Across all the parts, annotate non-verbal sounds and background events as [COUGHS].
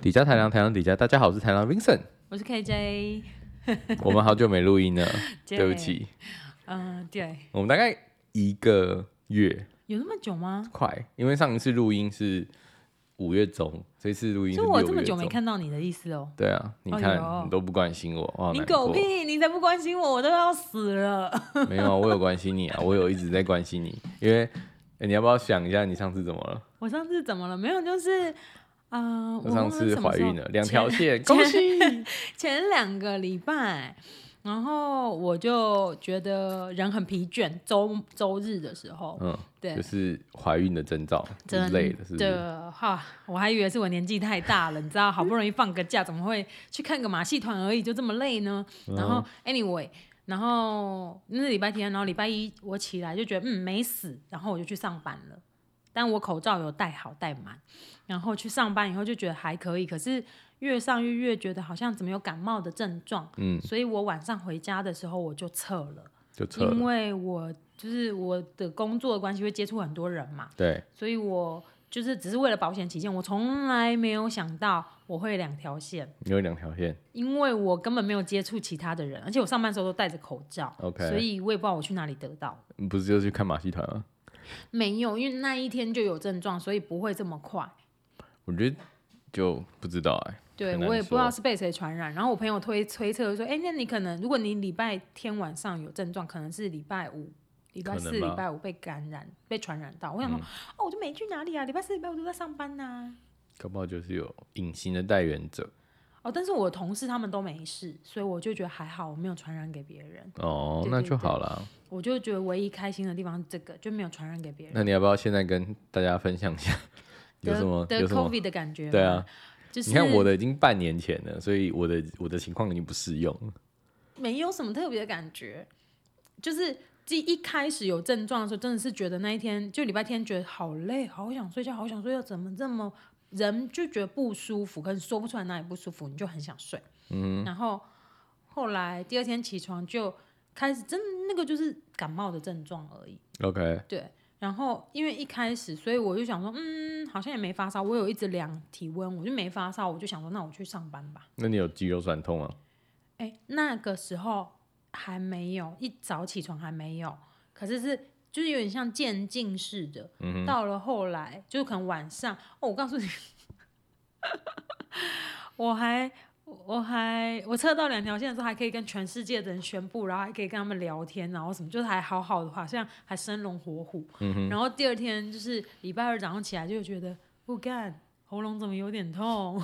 底加台郎，台郎底加，大家好，我是台郎 [LAUGHS] Vincent，我是 KJ，我们好久没录音了，对不起，嗯、呃，对，我们大概一个月有那么久吗？快，因为上一次录音是五月中，这次录音是就我这6么月久没中，看到你的意思哦。对啊，你哎看、呦你都不关心我，哇，你难狗过屁！你才不关心我，我都要死了。 [LAUGHS] 没有啊，我有关心你啊，我有一直在关心你，因为、哎诶你要不要想一下你上次怎么了？我上次怎么了？没有，就是啊、呃我上次什么怀时候孕 [LAUGHS] 了，两前条线，恭 [LAUGHS] 喜！前两个礼拜，然后我就觉得人很疲倦，周周日的时候，嗯，对就，是怀孕的征兆之真类的，是不是？的哈，我还以为是我年纪太大了，[LAUGHS] 你知道，好不容易放个假，怎么会去看个马戏团而已，就这么累呢？嗯然后，anyway，然后那是礼拜天，然后礼拜一我起来就觉得嗯没死，然后我就去上班了。但我口罩有戴好戴满，然后去上班以后就觉得还可以，可是越上越越觉得好像怎么有感冒的症状，嗯，所以我晚上回家的时候我就测了，就撤因了，为我就是我的工作的关系会接触很多人嘛，对，所以我就是只是为了保险起见，我从来没有想到我会两条线，你有两条线，因为我根本没有接触其他的人，而且我上班的时候都戴着口罩 OK 所以我也不知道我去哪里得到的。不是就去看马戏团啊吗？没有，因为那一天就有症状，所以不会这么快。我觉得就不知道哎、对很难我也不知道说是被谁传染，然后我朋友推推测说，哎、那你可能如果你礼拜天晚上有症状，可能是礼拜五、礼拜四、可能吧嗯礼拜五被感染、被传染到。我想说，哦，我就没去哪里啊，礼拜四、礼拜五都在上班呐、搞不好就是有隐形的代言者哦，但是我同事他们都没事，所以我就觉得还好，我没有传染给别人。哦，对那对就对好啦。我就觉得唯一开心的地方是这个，就没有传染给别人。那你要不要现在跟大家分享一下有什么 [LAUGHS] 得有得什么？ COVID 的感觉？对啊，，就是你看我的已经半年前了，所以我的我的情况已经不适用了。没有什么特别的感觉，就是第一开始有症状的时候，真的是觉得那一天就礼拜天觉得好累，好想睡觉，好想睡觉，怎么这么人就觉得不舒服，可是说不出来哪里不舒服，你就很想睡。嗯，然后后来第二天起床就开始，真的那个就是感冒的症状而已。 OK，对，然后因为一开始，所以我就想说，嗯，好像也没发烧，我有一直量体温，我就没发烧，我就想说，那我去上班吧。那你有肌肉酸痛吗？哎，那个时候还没有，一早起床还没有，可是是就是有点像渐进式的。到了后来，就是可能晚上，哦，我告诉你， [LAUGHS] 我还。我还我测到两条线的时候，还可以跟全世界的人宣布，然后还可以跟他们聊天，然后什么，就是还好好的，好像还生龙活虎。然后第二天就是礼拜二早上起来，就觉得不干，喉咙怎么有点痛？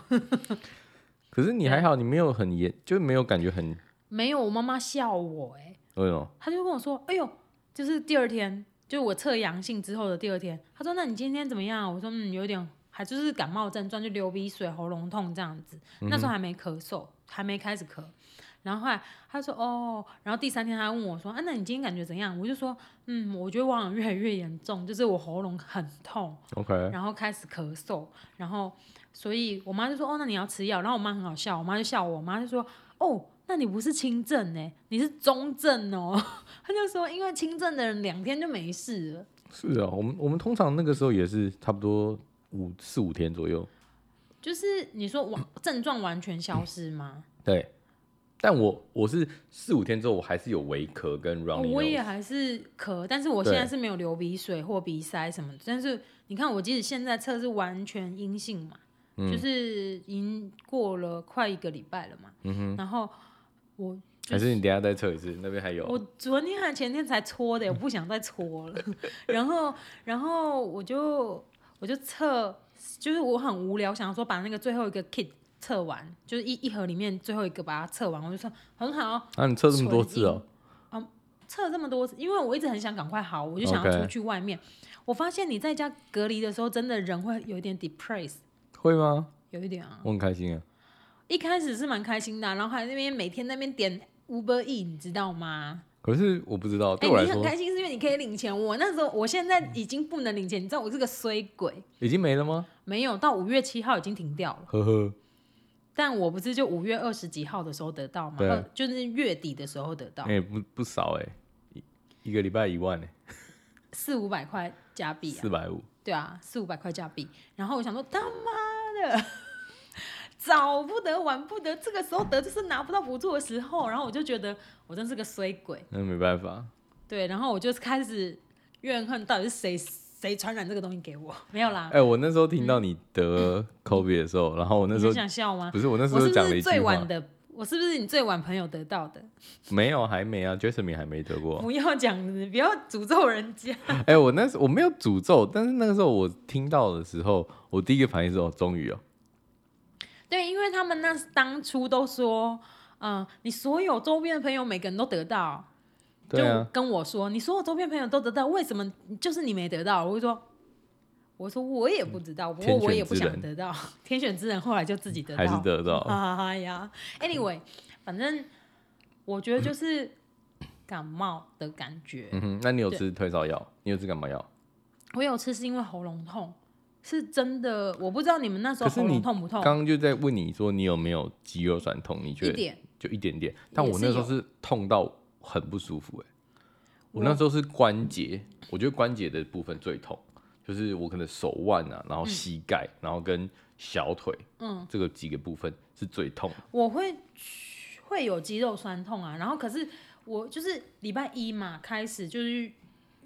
[LAUGHS] 可是你还好，你没有很严，就没有感觉很没有，我妈妈笑我、哎，为什么？他就跟我说：“哎呦，就是第二天，就是我测阳性之后的第二天。”他说：“那你今天怎么样啊？”我说：“嗯，有点还就是感冒症状，就流鼻水、喉咙痛这样子。那时候还没咳嗽，还没开始咳。”然后后来他说哦，然后第三天他问我说啊，那你今天感觉怎样？我就说嗯，我觉得我好像越来越严重，就是我喉咙很痛， OK，然后开始咳嗽，然后所以我妈就说哦，那你要吃药。然后我妈很好笑，我妈就笑我，我妈就说哦，那你不是轻症呢，你是中症哦。 [LAUGHS] 她就说因为轻症的人两天就没事了，是啊，我们我们通常那个时候也是差不多五四五天左右。就是你说完症状完全消失吗？对，但我我是四五天之后，我还是有维壳跟 running，哦我 nose 也还是咳，但是我现在是没有流鼻水或鼻塞什么的。但是你看，我即使现在测是完全阴性嘛，就是已经过了快一个礼拜了嘛。然后我还是你等一下再测一次，那边还有。我昨天还前天才搓 [LAUGHS] 的，我不想再搓了。 [LAUGHS] 然后，然后我就我就测，就是我很无聊，想说把那个最后一个 kit 测完，就是一一盒里面最后一个把它测完，我就说很好，啊，你测这么多次哦、测这么多次，因为我一直很想赶快好，我就想要 OK 出去外面。我发现你在家隔离的时候，真的人会有一点 depressed，会吗？有一点啊。我很开心啊。一开始是蛮开心的啊、然后还那边每天那边点 Uber E，你知道吗？可是我不知道，哎、哦对我来你说、很开心是因为你可以领钱。我那时候，我现在已经不能领钱，你知道我是个衰鬼，已经没了吗？没有到五月七号已经停掉了。呵呵，但我不是就五月二十几号的时候得到吗？对呃就是月底的时候得到哎、不不少哎、一一个礼拜一万哎、四五百块加币啊，四百五。 [LAUGHS] 对啊，四五百块加币。然后我想说他妈的，早不得晚不得，这个时候得就是拿不到补助的时候，然后我就觉得我真是个衰鬼，那没办啊法，对，然后我就开始怨恨到底是谁谁传染这个东西给我，没有啦哎、，我那时候听到你得 COVID 的时候，然后我那时嗯你候是想笑吗？不是我那时我候是不讲了一句是最话晚，的？我是不是你最晚朋友得到的？没有，还没啊 j a s m i n 还没得过。不要讲，不要诅咒人家。 [LAUGHS] 哎、我那时我没有诅咒，但是那个时候我听到的时候，我第一个反应是哦，终于哦，对，因为他们那当初都说，嗯、你所有周边的朋友每个人都得到，对啊就，跟我说，你所有周边朋友都得到，为什么就是你没得到？我就说，我说我也不知道，不过天选我也不之想人得到。 [LAUGHS] 天选之人后来就自己得到，还是得到。哎呀，anyway，反正我觉得就是感冒的感觉。嗯哼，那你有吃退烧药？你有吃感冒药？我有吃是因为喉咙痛，是真的，我不知道你们那时候可是喉你咙痛不刚痛，刚就在问你说你有没有肌肉酸痛？你觉哦一得点。就一点点，但我是那时候有是痛到很不舒服、欸，我我那时候是关节，我觉得关节的部分最痛，就是我可能手腕啊，然后膝盖，嗯然后跟小腿，嗯，这个几个部分是最痛的。我会会有肌肉酸痛啊，然后可是我就是礼拜一嘛开始就是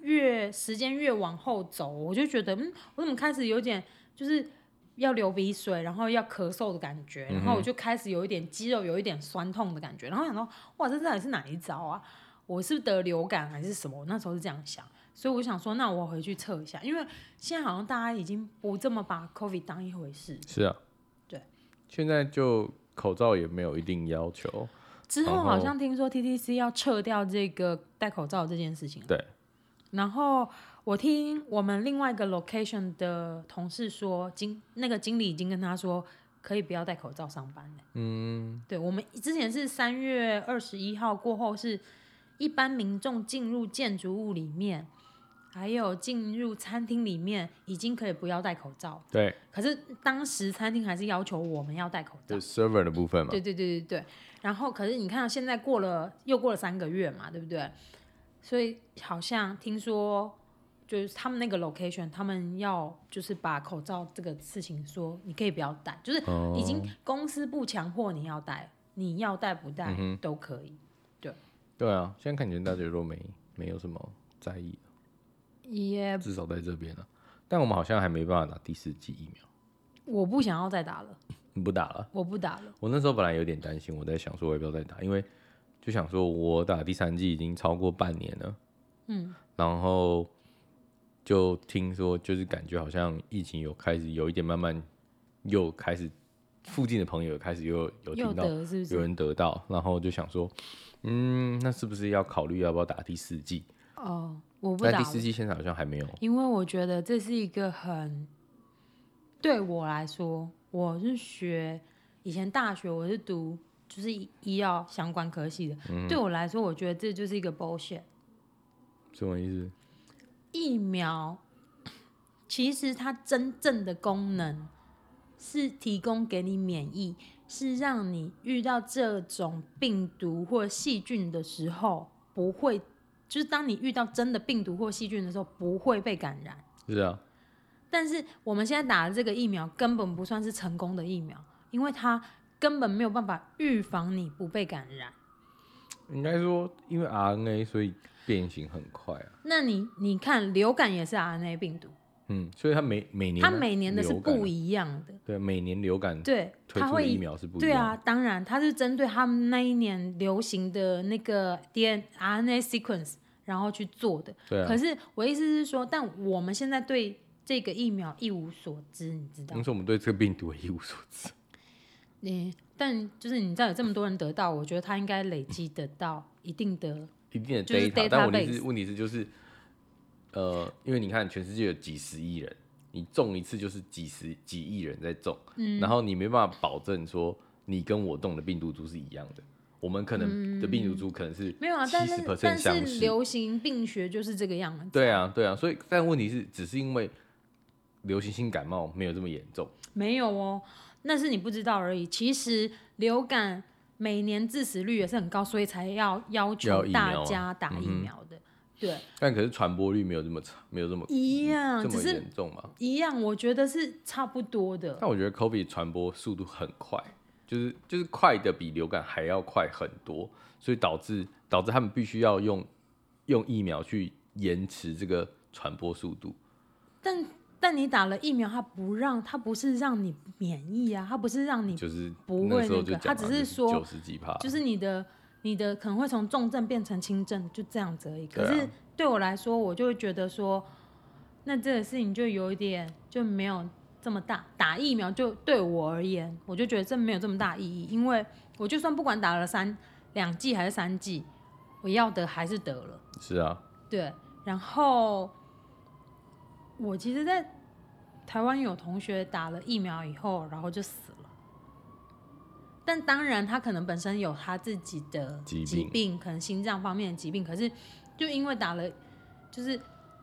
越时间越往后走，我就觉得嗯，我怎么开始有点就是要流鼻水，然后要咳嗽的感觉，然后我就开始有一点肌肉有一点酸痛的感觉，然后想到哇，这到底是哪一招啊？我是不是得流感还是什么？我那时候是这样想，所以我想说，那我回去测一下，因为现在好像大家已经不这么把 COVID 当一回事。是啊，对，现在就口罩也没有一定要求，之后然好后像听说 TTC 要撤掉这个戴口罩这件事情了。对。然后我听我们另外一个 location 的同事说，经那个经理已经跟他说，可以不要戴口罩上班了。嗯，对，我们之前是三月二十一号过后，是一般民众进入建筑物里面，还有进入餐厅里面，已经可以不要戴口罩。对，可是当时餐厅还是要求我们要戴口罩就。server 的部分嘛，对对对对对。然后可是你看，现在过了又过了三个月嘛，对不对？所以好像听说，就是他们那个 location，他们要就是把口罩这个事情说你可以不要戴，就是已哦经公司不强迫你要戴，你要戴不嗯戴都可以。对啊，现在看起来大家都没没有什么在意，也至少在这边啊。但我们好像还没办法打第四剂疫苗，我不想要再打了，你不打了？我不打了。我那时候本来有点担心，我在想说我要不要再打，因为就想说我打第三季已经超过半年了，嗯，然后就听说就是感觉好像疫情有开始有一点慢慢又开始，附近的朋友有开始又有又听到得是不有是？人得到，然后就想说，嗯，那是不是要考虑要不要打第四季？哦，我不但打第了四，季现在好像还没有，因为我觉得这是一个很对我来说，我是学以前大学我是读就是医医药相关科系的，对我来说，我觉得这就是一个 bullshit。什么意思？疫苗其实它真正的功能是提供给你免疫，是让你遇到这种病毒或细菌的时候不会，就是当你遇到真的病毒或细菌的时候不会被感染。是啊，但是我们现在打的这个疫苗根本不算是成功的疫苗，因为它根本没有办法预防你不被感染。应该说因为 RNA 所以变形很快啊，那你你看，流感也是 RNA 病毒，嗯，所以它每每年它每年的是流感啊不一样的，对，每年流感对，推它出的疫会苗是不一对啊，样的。当然它是针对他们那一年流行的那个 DNA RNA sequence，然后去做的。对啊，可是我意思是说，但我们现在对这个疫苗一无所知，你知道吗因？此我们对这个病毒也一无所知。嗯，但就是你知道有这么多人得到，我觉得他应该累积得到一定的，一定的就是 data，但问题 database 是问题是就是，呃，因为你看全世界有几十亿人，你中一次就是几十几亿人在中，嗯然后你没办法保证说你跟我中的病毒株是一样的。我们可能的病毒株可能是嗯没有啊，但七是十 percent 但相是似，流行病学就是这个样子，对啊，对啊，所以但问题是，只是因为流行性感冒没有这么严重，没有哦，那是你不知道而已。其实流感每年致死率也是很高，所以才要要要求疫苗啊大家打疫苗的，对，但可是传播率没有这么长，没有这么一样，这只么是严重嘛。一样，我觉得是差不多的。但我觉得 COVID 传播速度很快，就是就是快的比流感还要快很多，所以导致导致他们必须要用用疫苗去延迟这个传播速度。但但你打了疫苗，它不让，它不是让你免疫啊，它不是让你，就是不那会时候那就个讲他嘛只是说九十几趴，就是你的你的可能会从重症变成轻症，就这样子而已。对可啊是对我来说，我就会觉得说，那这个事情就有一点就没有这么大。打疫苗就对我而言，我就觉得这没有这么大意义，因为我就算不管打了三两剂还是三剂，我要得还是得了。是啊，对，然后我其实，在台湾有同学打了疫苗以后，然后就死了。但当然，他可能本身有他自己的疾病可能心脏方面的疾病，可是就因为打了，就是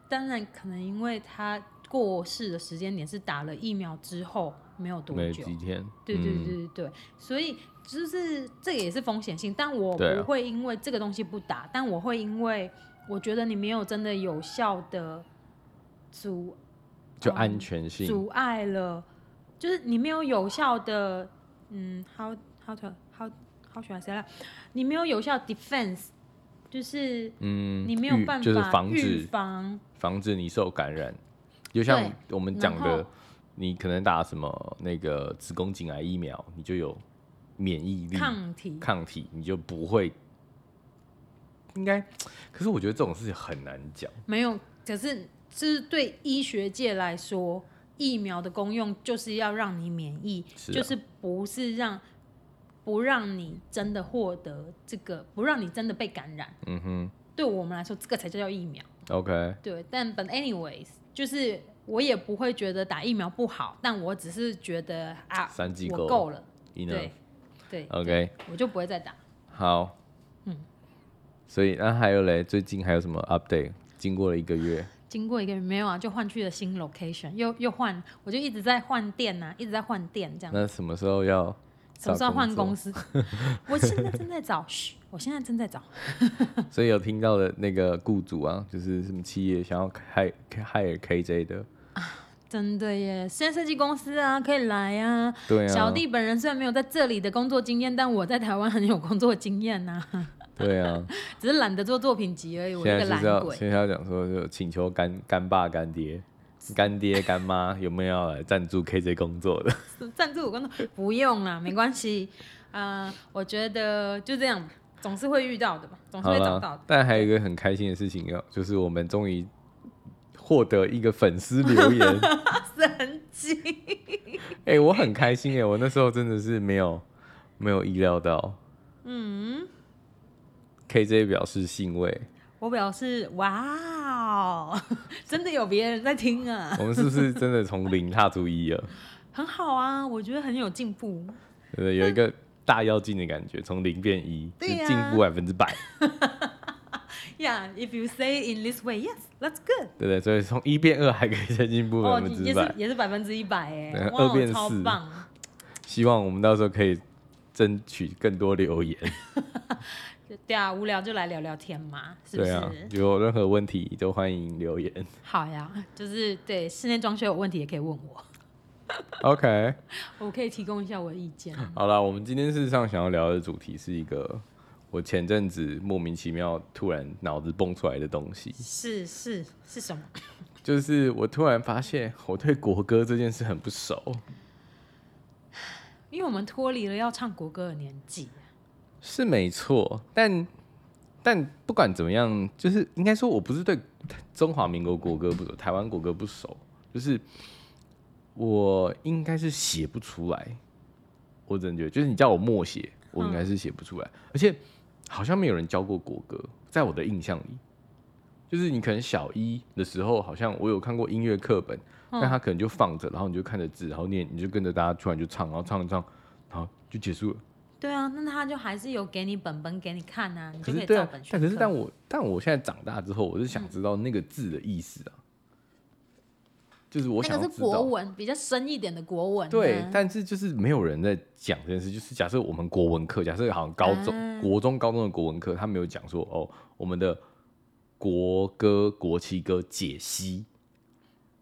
当然可能因为他过世的时间点是打了疫苗之后没有多没久，几天，对对嗯对对对，所以就是这个也是风险性，但我对啊不会因为这个东西不打，但我会因为我觉得你没有真的有效的阻就嗯安全性，阻碍了，就是你没有有效的，嗯，how how to how how should I say that？你没有有效 defense，就是嗯，你没有预办法就是防预止防，防止你受感染，就像对我们讲然的后，你可能打什么那个子宫颈癌疫苗，你就有免疫力抗体，抗体，你就不会。应该，可是我觉得这种事情很难讲。没有，可是就是对医学界来说，疫苗的功用就是要让你免疫，是啊就是不是让不让你真的获得这个，不让你真的被感染。嗯哼对我们来说，这个才叫疫苗。 ，OK，对，但 but anyways，就是我也不会觉得打疫苗不好，但我只是觉得啊，三剂我够够了，一呢呃对对， ，OK，我就不会再打。好，嗯，所以那还有嘞，最近还有什么 update？经过了一个月，经过一个没有啊，就换去了新 location，又又换，我就一直在换店呐、一直在换店这样。那什么时候要什么时候换公司？司？ [LAUGHS] 我现在正在找，嘘，我现在正在找。 [LAUGHS] 所以有听到的那个雇主啊，就是什么企业想要开 hire KJ 的，真的耶，现在设计公司啊，可以来啊。对啊，小弟本人虽然没有在这里的工作经验，但我在台湾很有工作经验呐、对啊， [LAUGHS] 只是懒得做作品集而已。我现这在个就是懒要 [LAUGHS] 鬼，现在要讲说，就请求干干爸干爹、干爹干妈有没有要来赞助 KJ 工作的？赞助我工作不用啦，没关系。啊，我觉得就这样，总是会遇到的吧，总是好会找到啦的。，但还有一个很开心的事情要，就是我们终于获得一个粉丝留言， [LAUGHS] 神经，哎、我很开心哎、我那时候真的是没有没有意料到嗯， ，KJ 表示欣慰。我表示哇哦， [LAUGHS] 真的有别人在听啊，我们是不是真的从零踏出 [LAUGHS] 一啊了？很好啊，我觉得很有进步。对不对，有一个大跃进的感觉，从零变一，就对啊进呀步百分之百， Yeah, if you say it in this way, yes, that's good. 对不对？所以从一变二还可以再进步百哦，你分之也是百。也是百分之一百哎对，哇，二变四超棒！希望我们到时候可以争取更多留言，对啊，无聊就来聊聊天嘛，是不对是？啊，有任何问题都欢迎留言。 [LAUGHS] 好呀，就是对室内装修有问题也可以问我， OK，我可以提供一下我的意见。好了，我们今天事实上想要聊的主题是一个我前阵子莫名其妙突然脑子蹦出来的东西，是是是什么？就是我突然发现我对国歌这件事很不熟。因为我们脱离了要唱国歌的年纪，是没错，但但不管怎么样，就是应该说，我不是对中华民国国歌不熟，台湾国歌不熟，就是我应该是写不出来。我真的觉得，就是你叫我默写，我应该是写不出来，而且好像没有人教过国歌，在我的印象里，就是你可能小一的时候，好像我有看过音乐课本，嗯但他可能就放着，然后你就看着字，然后念，你就跟着大家突然就唱，然后唱一唱，然后就结束了。对啊，那他就还是有给你本本给你看啊，你可就是以对照啊本，宣但可是科嗯但我但我现在长大之后，我是想知道那个字的意思啊，就是我那想个要是知国道。文比较深一点的国文啊，对，但是就是没有人在讲这件事。就是假设我们国文课，假设好像高中、啊国中、高中的国文课，他没有讲说哦，我们的国歌、国旗歌解析，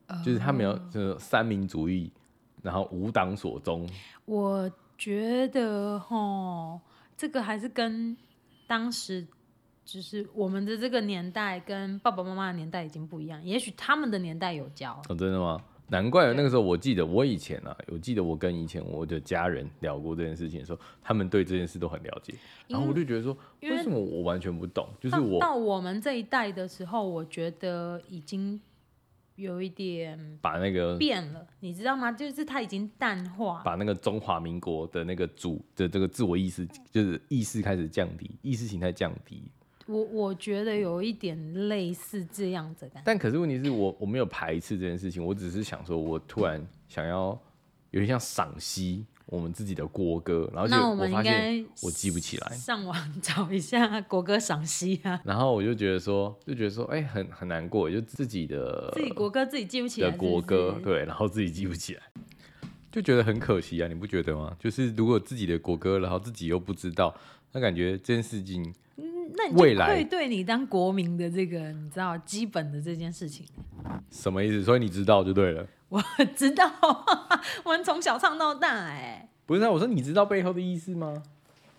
哦就是他们有就是三民主义，然后五党所宗，我觉得吼，这个还是跟当时就是我们的这个年代跟爸爸妈妈的年代已经不一样，也许他们的年代有教，哦，真的吗？难怪那个时候，我记得我以前啊，我记得我跟以前我的家人聊过这件事情的时候，他们对这件事都很了解，然后我就觉得说，因为为什么我完全不懂？就是到我到我们这一代的时候，我觉得已经有一点把那个变了，你知道吗？就是它已经淡化。把那个中华民国的那个主的这个自我意识，就是意识开始降低，意识形态降低。我我觉得有一点类似这样子的感觉。但可是问题是我我没有排斥这件事情，我只是想说，我突然想要有点像赏析我们自己的国歌，然后就那我们发应现该我记不起来，上网 [LAUGHS] 找一下国歌赏析 [LAUGHS] 啊，然后我就觉得说，就觉得说，哎、很很难过，就自己的自己国歌自己记不起来呃的是不是国歌，对，然后自己记不起来，就觉得很可惜啊，你不觉得吗？就是如果自己的国歌，然后自己又不知道，那感觉这件事情嗯那你未就来愧对你当国民的这个你知道基本的这件事情。 [LAUGHS] 什么意思？所以你知道就对了。我知道， [LAUGHS] 我们从小唱到大哎、不是啊，我说你知道背后的意思吗？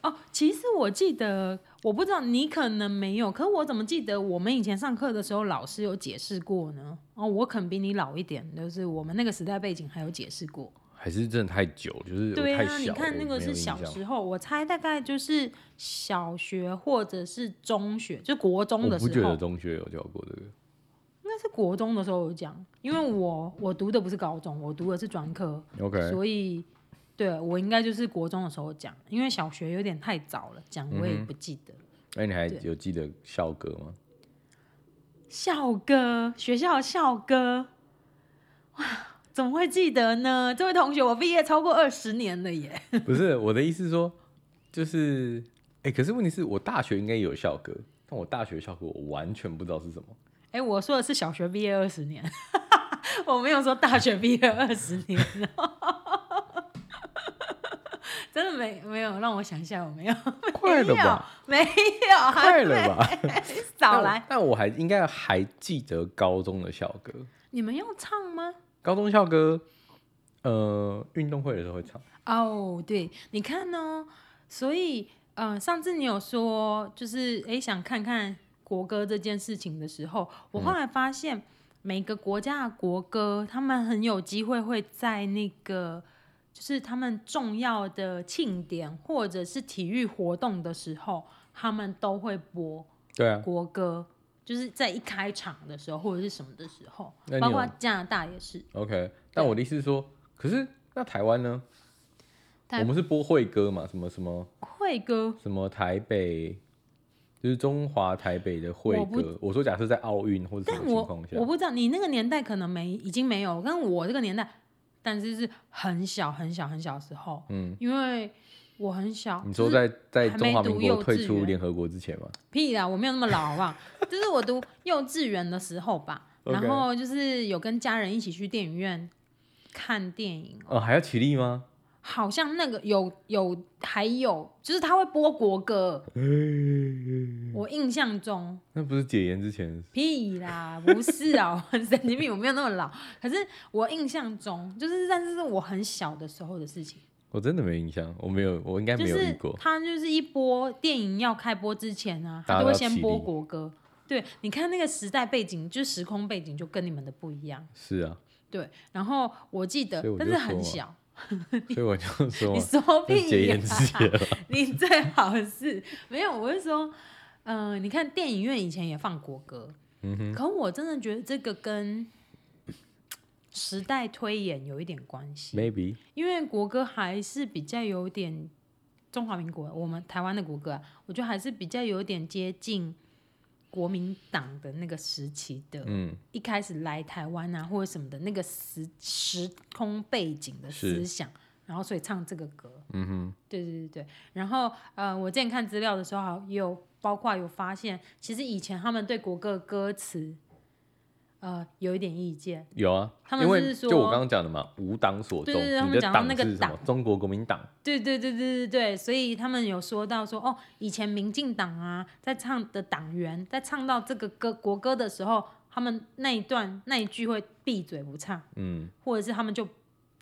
哦，其实我记得，我不知道你可能没有，可我怎么记得我们以前上课的时候，老师有解释过呢？哦，我可能比你老一点，就是我们那个时代背景还有解释过。还是真的太久，就是我对太啊，小你了看那我个没有是印小象时候，我猜大概就是小学或者是中学，就国中我的时不候，觉得中学有教过这个。应该是国中的时候有讲，因为我我读的不是高中，我读的是专科 OK，所以对我应该就是国中的时候讲，因为小学有点太早了，讲我也不记得。那哎你还对有记得校歌吗？校歌，学校的校歌，哇，怎么会记得呢？这位同学，我毕业超过二十年了耶。 [LAUGHS] 不是我的意思是说，就是哎、可是问题是我大学应该也有校歌，但我大学校歌我完全不知道是什 [LAUGHS] 么。哎、我说的是小学毕业二十年， [LAUGHS] 我没有说大学毕业二十年。 [LAUGHS] 真的没没有让我想一下，我没有，快了吧？没有，还快了 [LAUGHS] 吧？ [LAUGHS] 少来。但我。但我还应该还记得高中的校歌，你们要唱吗？高中校歌，呃，运动会的时候会唱。哦、对，你看哦，所以呃，上次你有说就是诶想看看国歌这件事情的时候，我嗯后来发现每个国家的国歌，他们很有机会会在那个就是他们重要的庆典或者是体育活动的时候，他们都会播对啊，国歌。就是在一开场的时候，或者是什么的时候那，你包有括加拿大也是。 OK，但我的意思是说，可是那台湾呢？台我们是播会歌嘛，什么什么会歌什么台北，就是中华台北的会我不歌。我说假设在奥运或者什但么情我况下我，不知道你那个年代可能没已经没有，但我这个年代，但是是很小很小很小的时候，嗯，因为我很小，你说就是在在还中没华读民幼国稚退出园联合国之前嘛，屁啦，我没有那么老，好不好？就是我读幼稚园的时候吧， OK 然后就是有跟家人一起去电影院看电影，哦，还要起立吗？好像那个有有还有，就是他会播国 [LAUGHS] 歌，我印象中。那不是解严之前屁啦，不是啊，我很 [LAUGHS] 神经病，我没有那么老。可是我印象中，就是但是是我很小的时候的事情，我真的没印象，我没有，我应该就没有遇是过。他就是一播电影要开播之前啊，大家他就会都要起先立播国歌。对，你看那个时代背景，就是时空背景就跟你们的不一样。是啊，对，然后我记得所以我，就但是很说小，所以我就说你嘛，说那是解屁、严之啊前呀！了你最好是没有，我是说，嗯、你看电影院以前也放国歌，嗯哼，可我真的觉得这个跟时代推演有一点关系， ，maybe 因为国歌还是比较有点中华民国，我们台湾的国歌、啊，我觉得还是比较有点接近国民党的那个时期的，嗯，一开始来台湾啊或者什么的那个时时空背景的是思想，然后所以唱这个歌，嗯哼，对对对对，然后呃，我之前看资料的时候，好有包括有发现，其实以前他们对国歌的歌词，呃，有一点意见，有啊他，们因为是就说我刚刚讲的嘛，无党所对宗，对对他你们的讲到党那个是什么？党中国国民党，对对对对对对，所以他们有说到说，哦，以前民进党啊，在唱的党员在唱到这个歌国歌的时候，他们那一段那一句会闭嘴不唱，嗯，或者是他们就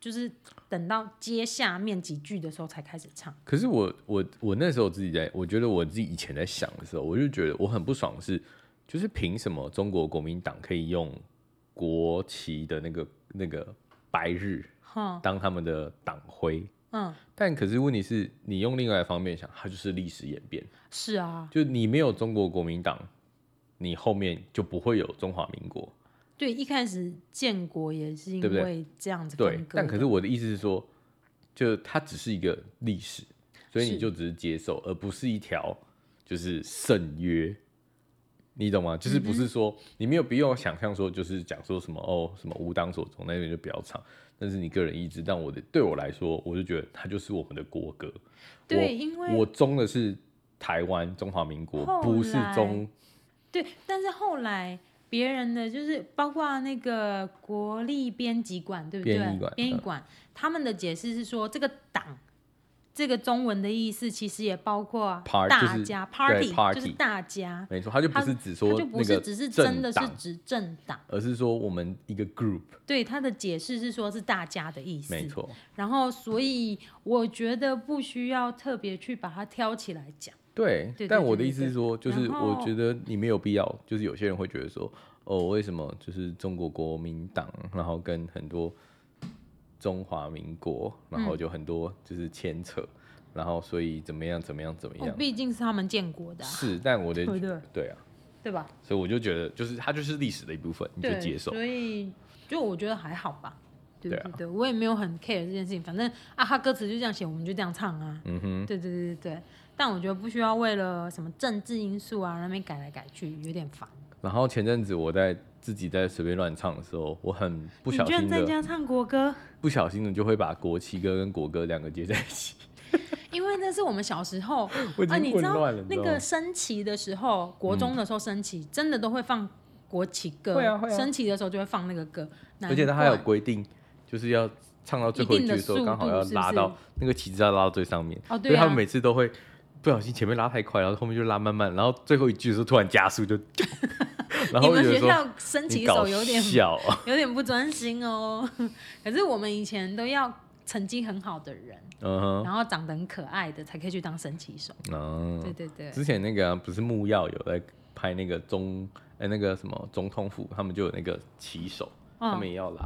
就是等到接下面几句的时候才开始唱。可是我我我那时候自己在，我觉得我自己以前在想的时候，我就觉得我很不爽的是，就是凭什么中国国民党可以用国旗的那个那个白日哈，当他们的党徽？嗯，但可是问题是你用另外一方面想，它就是历史演变，是啊，就你没有中国国民党，你后面就不会有中华民国。对，一开始建国也是因对不对为这样子分对，割但可的是我的意思是说，就它只是一个历史，所以是你就只是接受，而不是一条就是圣约，你嗯懂吗？就是不是说、你没有必要想象说，就是讲说什么哦，什么吾党所从那边就不要唱，那是你个人意志。但我的对我来说，我就觉得它就是我们的国歌，对，因为我中的是台湾中华民国后，不是来中对，但是后来别人的就是包括那个国立编辑馆，对不对？编译馆嗯馆他们的解释是说，这个党这个中文的意思其实也包括 Par- 大就是家对 party，就是，party 大家，没错，它就不它是只它说就不那是个只是真的政是党，执政党。而是说我们一个 group，对，他的解释是说是大家的意思。没错。然后，所以我觉得不需要特别去把它挑起来讲。对对，但对我对的意对思是说，就是然我后觉得你没有必要，就是有些人会觉得说，哦，为什么就是中国国民党，然后跟很多中华民国，然嗯后就很多就是牵扯，然后所以怎么样怎么样怎么哦样，，毕竟是他们建国的啊、是，但我的对不对对啊，对吧？所以我就觉得，就是它就是历史的一部分，你就对，接受，所以就我觉得还好吧。对对啊对对，我也没有很 care 这件事情，反正啊，他歌词就这样写，我们就这样唱啊。嗯哼，对对对对对，但我觉得不需要为了什么政治因素啊，那边改来改去，有点烦。然后前阵子我在自己在随便乱唱的时候，我很不你小居然心在的，家唱国歌，不小心的就会把国旗歌跟国歌两个接在一起，因为那是我们小时候我已啊，你经知混道乱了，你知那道吗个升旗的时候，国中的时候升旗，真的都会放国旗歌，会啊会啊升旗的时候就会放那个歌，而且它还有难怪规定，就是要唱到最后一句的时一定的速度候，刚好要拉到是那个旗帜要拉到最上面。哦所对以啊他们每次都会不小心前面拉太快，然后后面就拉慢慢，然后最后一句的时候突然加速 [LAUGHS] 就，然你后我们有学时候校升旗你手搞有点笑啊，有点不专心哦。 [LAUGHS] 可是我们以前都要成绩很好的人，嗯哼，然后长得很可爱的才可以去当升旗手。嗯对对对，之前那个啊、不是木曜有在拍那个中哎、那个什么总统府，他们就有那个旗手，他们嗯，也要拉，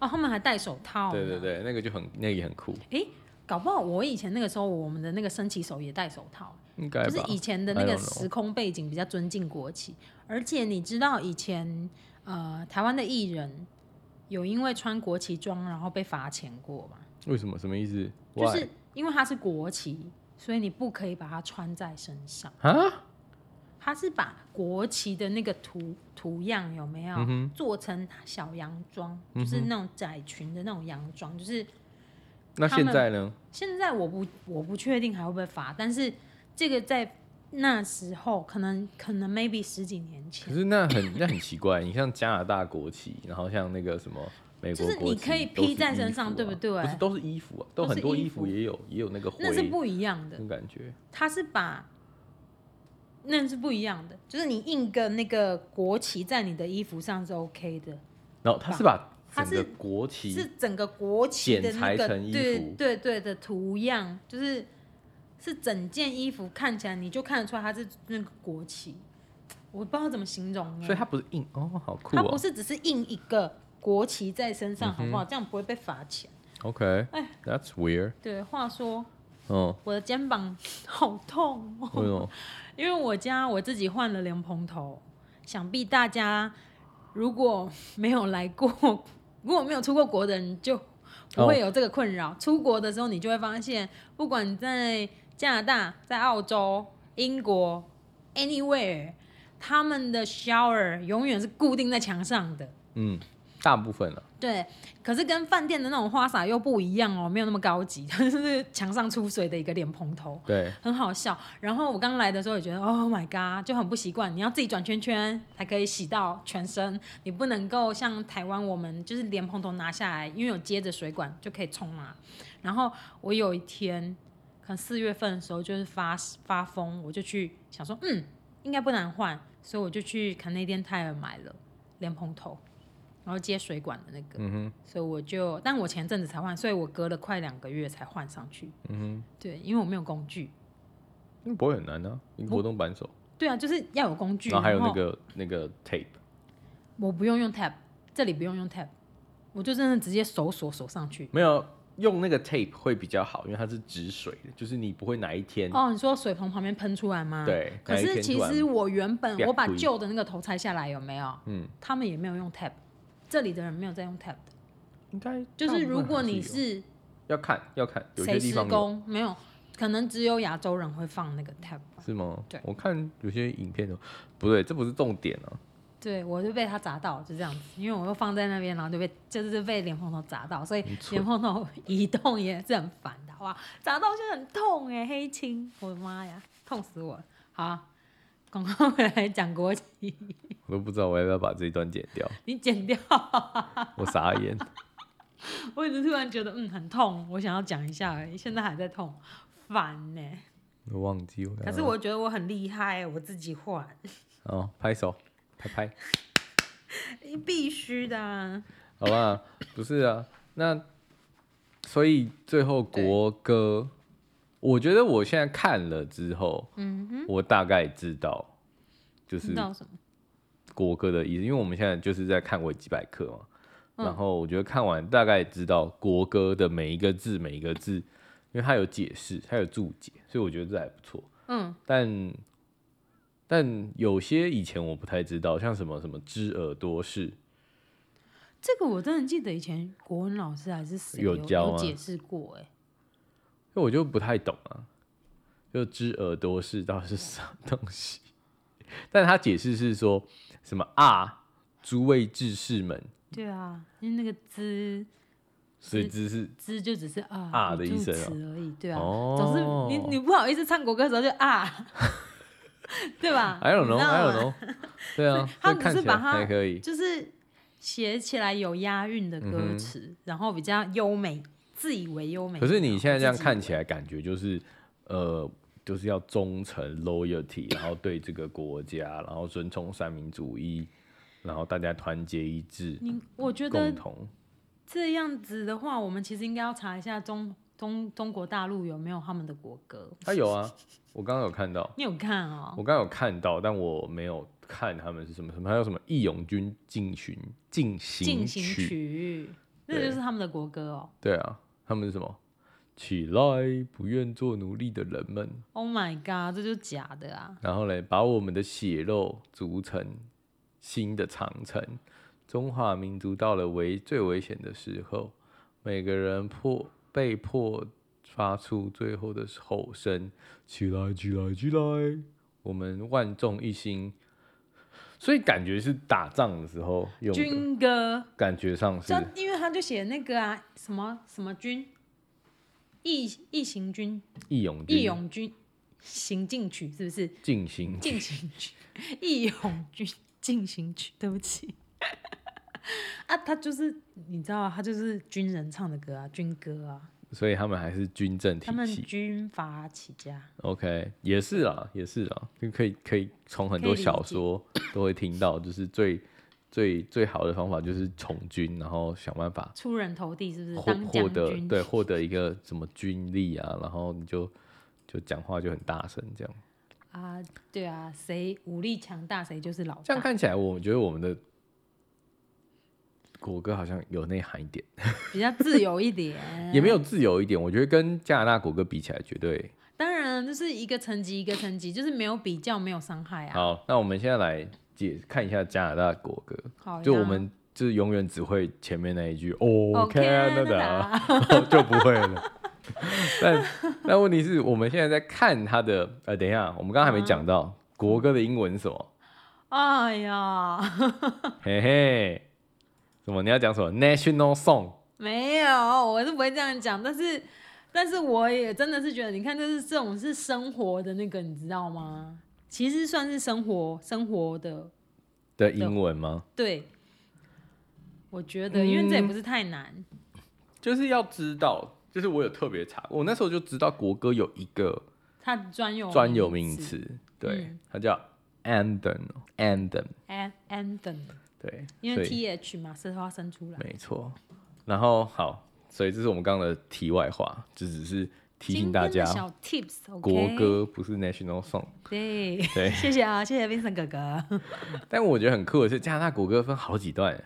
哦，他们还戴手套。对对。对，那个就很那个也很酷，诶，搞不好我以前那个时候，我们的那个升旗手也戴手套，应该就是吧？以前的那 I 个 don't know 时空背景比较尊敬国旗。而且你知道以前呃台湾的艺人有因为穿国旗装然后被罚钱过吗？为什么什么意思？就 Why？是因为它是国旗，所以你不可以把它穿在身上。啊，它是把国旗的那个图图样有没有、嗯哼做成小洋装，嗯哼就是那种窄裙的那种洋装。就是那他现们在呢？现在我不我不确定还会不会罚，但是这个在那时候可能可能 maybe 十几年可前，是那很那很奇怪，你像加拿大国旗，然后像那个什么美国就是国旗，你可以披在身上都是衣服啊对不对不是都是衣服啊，都都是很多衣衣服服也有也有那个灰，那是不一样那的。种感觉。它是把那是不一样的，就是你印个那个国旗在你的衣服上是 OK 的。然后他是把它整是个国旗是整个国旗的那剪裁个成衣对服对对的图样，就是是整件衣服看起来你就看得出来它是那个国旗，我不知道怎么形容欸所以它不是硬哦，好酷它不哦。嗯是只是印一个国旗在身上，好不好？这样不会被罚钱。哎 OK，That's、weird。对，话说哦，我的肩膀好痛嗯哦、为什么？因为我家我自己换了莲蓬头，想必大家如果没有来过，如果没有出过国的人就不会有这个困扰。出国的时候，你就会发现，不管你在加拿大、在澳洲、英国，anywhere，他们的 shower 永远是固定在墙上的。嗯，大部分啊，对，可是跟饭店的那种花洒又不一样哦，没有那么高级， [LAUGHS] 就是墙上出水的一个莲蓬头。对，很好笑。然后我刚来的时候也觉得，Oh my god，就很不习惯。你要自己转圈圈才可以洗到全身，你不能够像台湾我们就是连蓬头拿下来，因为有接着水管就可以冲嘛。然后我有一天，可能四月份的时候就是发发疯，我就去想说，嗯，应该不难换，所以我就去 Canadian Tire 买了连蓬头。然后接水管的那个，嗯哼，所以我就，但我前阵子才换，所以我隔了快两个月才换上去。嗯对，因为我没有工具。哼，那不会很难啊，一个活动扳手，对啊，就是要有工具。然后还有那个那个 tape，我不用用 tab，这里不用用 tab，我就真的直接手锁锁上去。没有用那个 tape 会比较好，因为它是止水的，就是你不会哪一天，哦，你说水棚旁边喷出来吗？。对，哎可哪一是天其突然实我原本啪我把呸旧的那个头拆下来有没有？嗯，他们也没有用 tab，这里的人没有在用 tab 的。应该就是如果你大部分还是有要看要看，有谁些地施方有工，没有，可能只有亚洲人会放那个 tab 吧。是吗？对我看有些影片哦，不对，这不是重点啊，对，我就被他砸到，就这样子，因为我又放在那边，然后就被就是被莲蓬头砸到，所以很蠢莲蓬头移动也是很烦的，哇，砸到就很痛哎、黑青，我的妈呀，痛死我了！好啊，广告回来讲国旗，我都不知道我要不要把这一段剪掉，你剪掉，我傻 [LAUGHS] 眼。我只是突然觉得嗯很痛，我想要讲一下而已，现在还在痛，烦呢、我忘记我刚可刚。是我觉得我很厉害、欸我自己换，哦，拍手，拍拍，必须的、啊，好吧？不是啊，那所以最后国歌，我觉得我现在看了之后，嗯哼，我大概知道就知是道什么？国歌的意思，因为我们现在就是在看维基百科嘛。嗯然后我觉得看完大概知道国歌的每一个字每一个字，因为它有解释，它有注解，所以我觉得这还不错。嗯，但但有些以前我不太知道，像什么什么知耳多事，这个我真的记得以前国文老师还是谁有有教吗解释过、欸，哎，所以我就不太懂啊，就知耳朵是到底是什么东西？但他解释是说什么啊，诸位志士们，对啊，因为那个之所以知是之就只是啊啊的一声语助词而已，嗯对啊，哦总是你你不好意思唱国歌的时候就啊， [LAUGHS] 对吧 [LAUGHS] I don't 你知道 know，I 吗 don't know，对 [LAUGHS] 啊，他这不看是起把来它还可以，就是写起来有押韵的歌词，然后比较优美，自以为优美。嗯可是你现在这样看来，起来，感觉就是呃，就是要忠诚 loyalty，然后对这个国家，然后尊崇三民主义，然后大家团结一致，你我觉得共同。这样子的话，我们其实应该要查一下中中中国大陆有没有他们的国歌。他有啊，我刚刚有看到，你有看哦？我刚刚有看到，但我没有看他们是什么什么，还有什么《义勇军进行进行进曲行》曲，那对就是他们的国歌哦。对啊，他们是什么？起来，不愿做奴隶的人们， Oh my god，这就是假的啊！然后嘞，把我们的血肉筑成新的长城。中华民族到了危最危险的时候，每个人迫被迫发出最后的吼声：“起来，起来，起来！”我们万众一心，所以感觉是打仗的时候用的，军歌，感觉上是这因为他就写那个啊，什么什么军，义义行军，义勇义军勇军行进曲是不是？进行进行曲，义勇军进行曲，对不起。 [LAUGHS] 啊，他就是你知道啊，他就是军人唱的歌啊，军歌啊，所以他们还是军政体他们系。军阀起家。 OK，也是啦，也是啦，就可以可以从很多小说都会听到，就是最最最好的方法就是从军，然后想办法出人头地是不是？获当获将得军，对获得一个什么军力啊，然后你就就讲话就很大声这样。啊，对啊，谁武力强大，谁就是老这样大。看起来，我觉得我们的国歌好像有内涵一点，，比较自由一点也没有自由一点。我觉得跟加拿大国歌比起来，绝对当然就是一个层级一个层级，就是没有比较，没有伤害啊。好。那我们现在来解看一下加拿大国歌。好呀，就我们就是永远只会前面那一句哦 OK ，Canada 啊啊 [LAUGHS] 就不会了。但但问题是我们现在在看它的呃，等一下，我们刚刚还嗯没讲到、国歌的英文是什 [LAUGHS] 么， [LAUGHS] 哎呀，嘿嘿，什么你要讲什么 National Song？没有，我是不会这样讲，但是。但是我也真的是觉得，你看，就是这种是生活的那个，你知道吗？其实算是生活生活的，的英文吗？对，我觉得，因为这也嗯不是太难，就是要知道，就是我有特别查，我那时候就知道国歌有一个它专有专有名词，对，哦嗯它叫 anthem，anthem， ，an anthem，对，因所为以 T H 嘛，是花生出来。没错。然后好，所以这是我们刚刚的题外话，这只是提醒大今天家的，小 tips，国，歌不是 national song。对，对 [LAUGHS] 谢谢啊，谢谢 Vincent 哥哥。但我觉得很酷的是，加拿大国歌分好几段。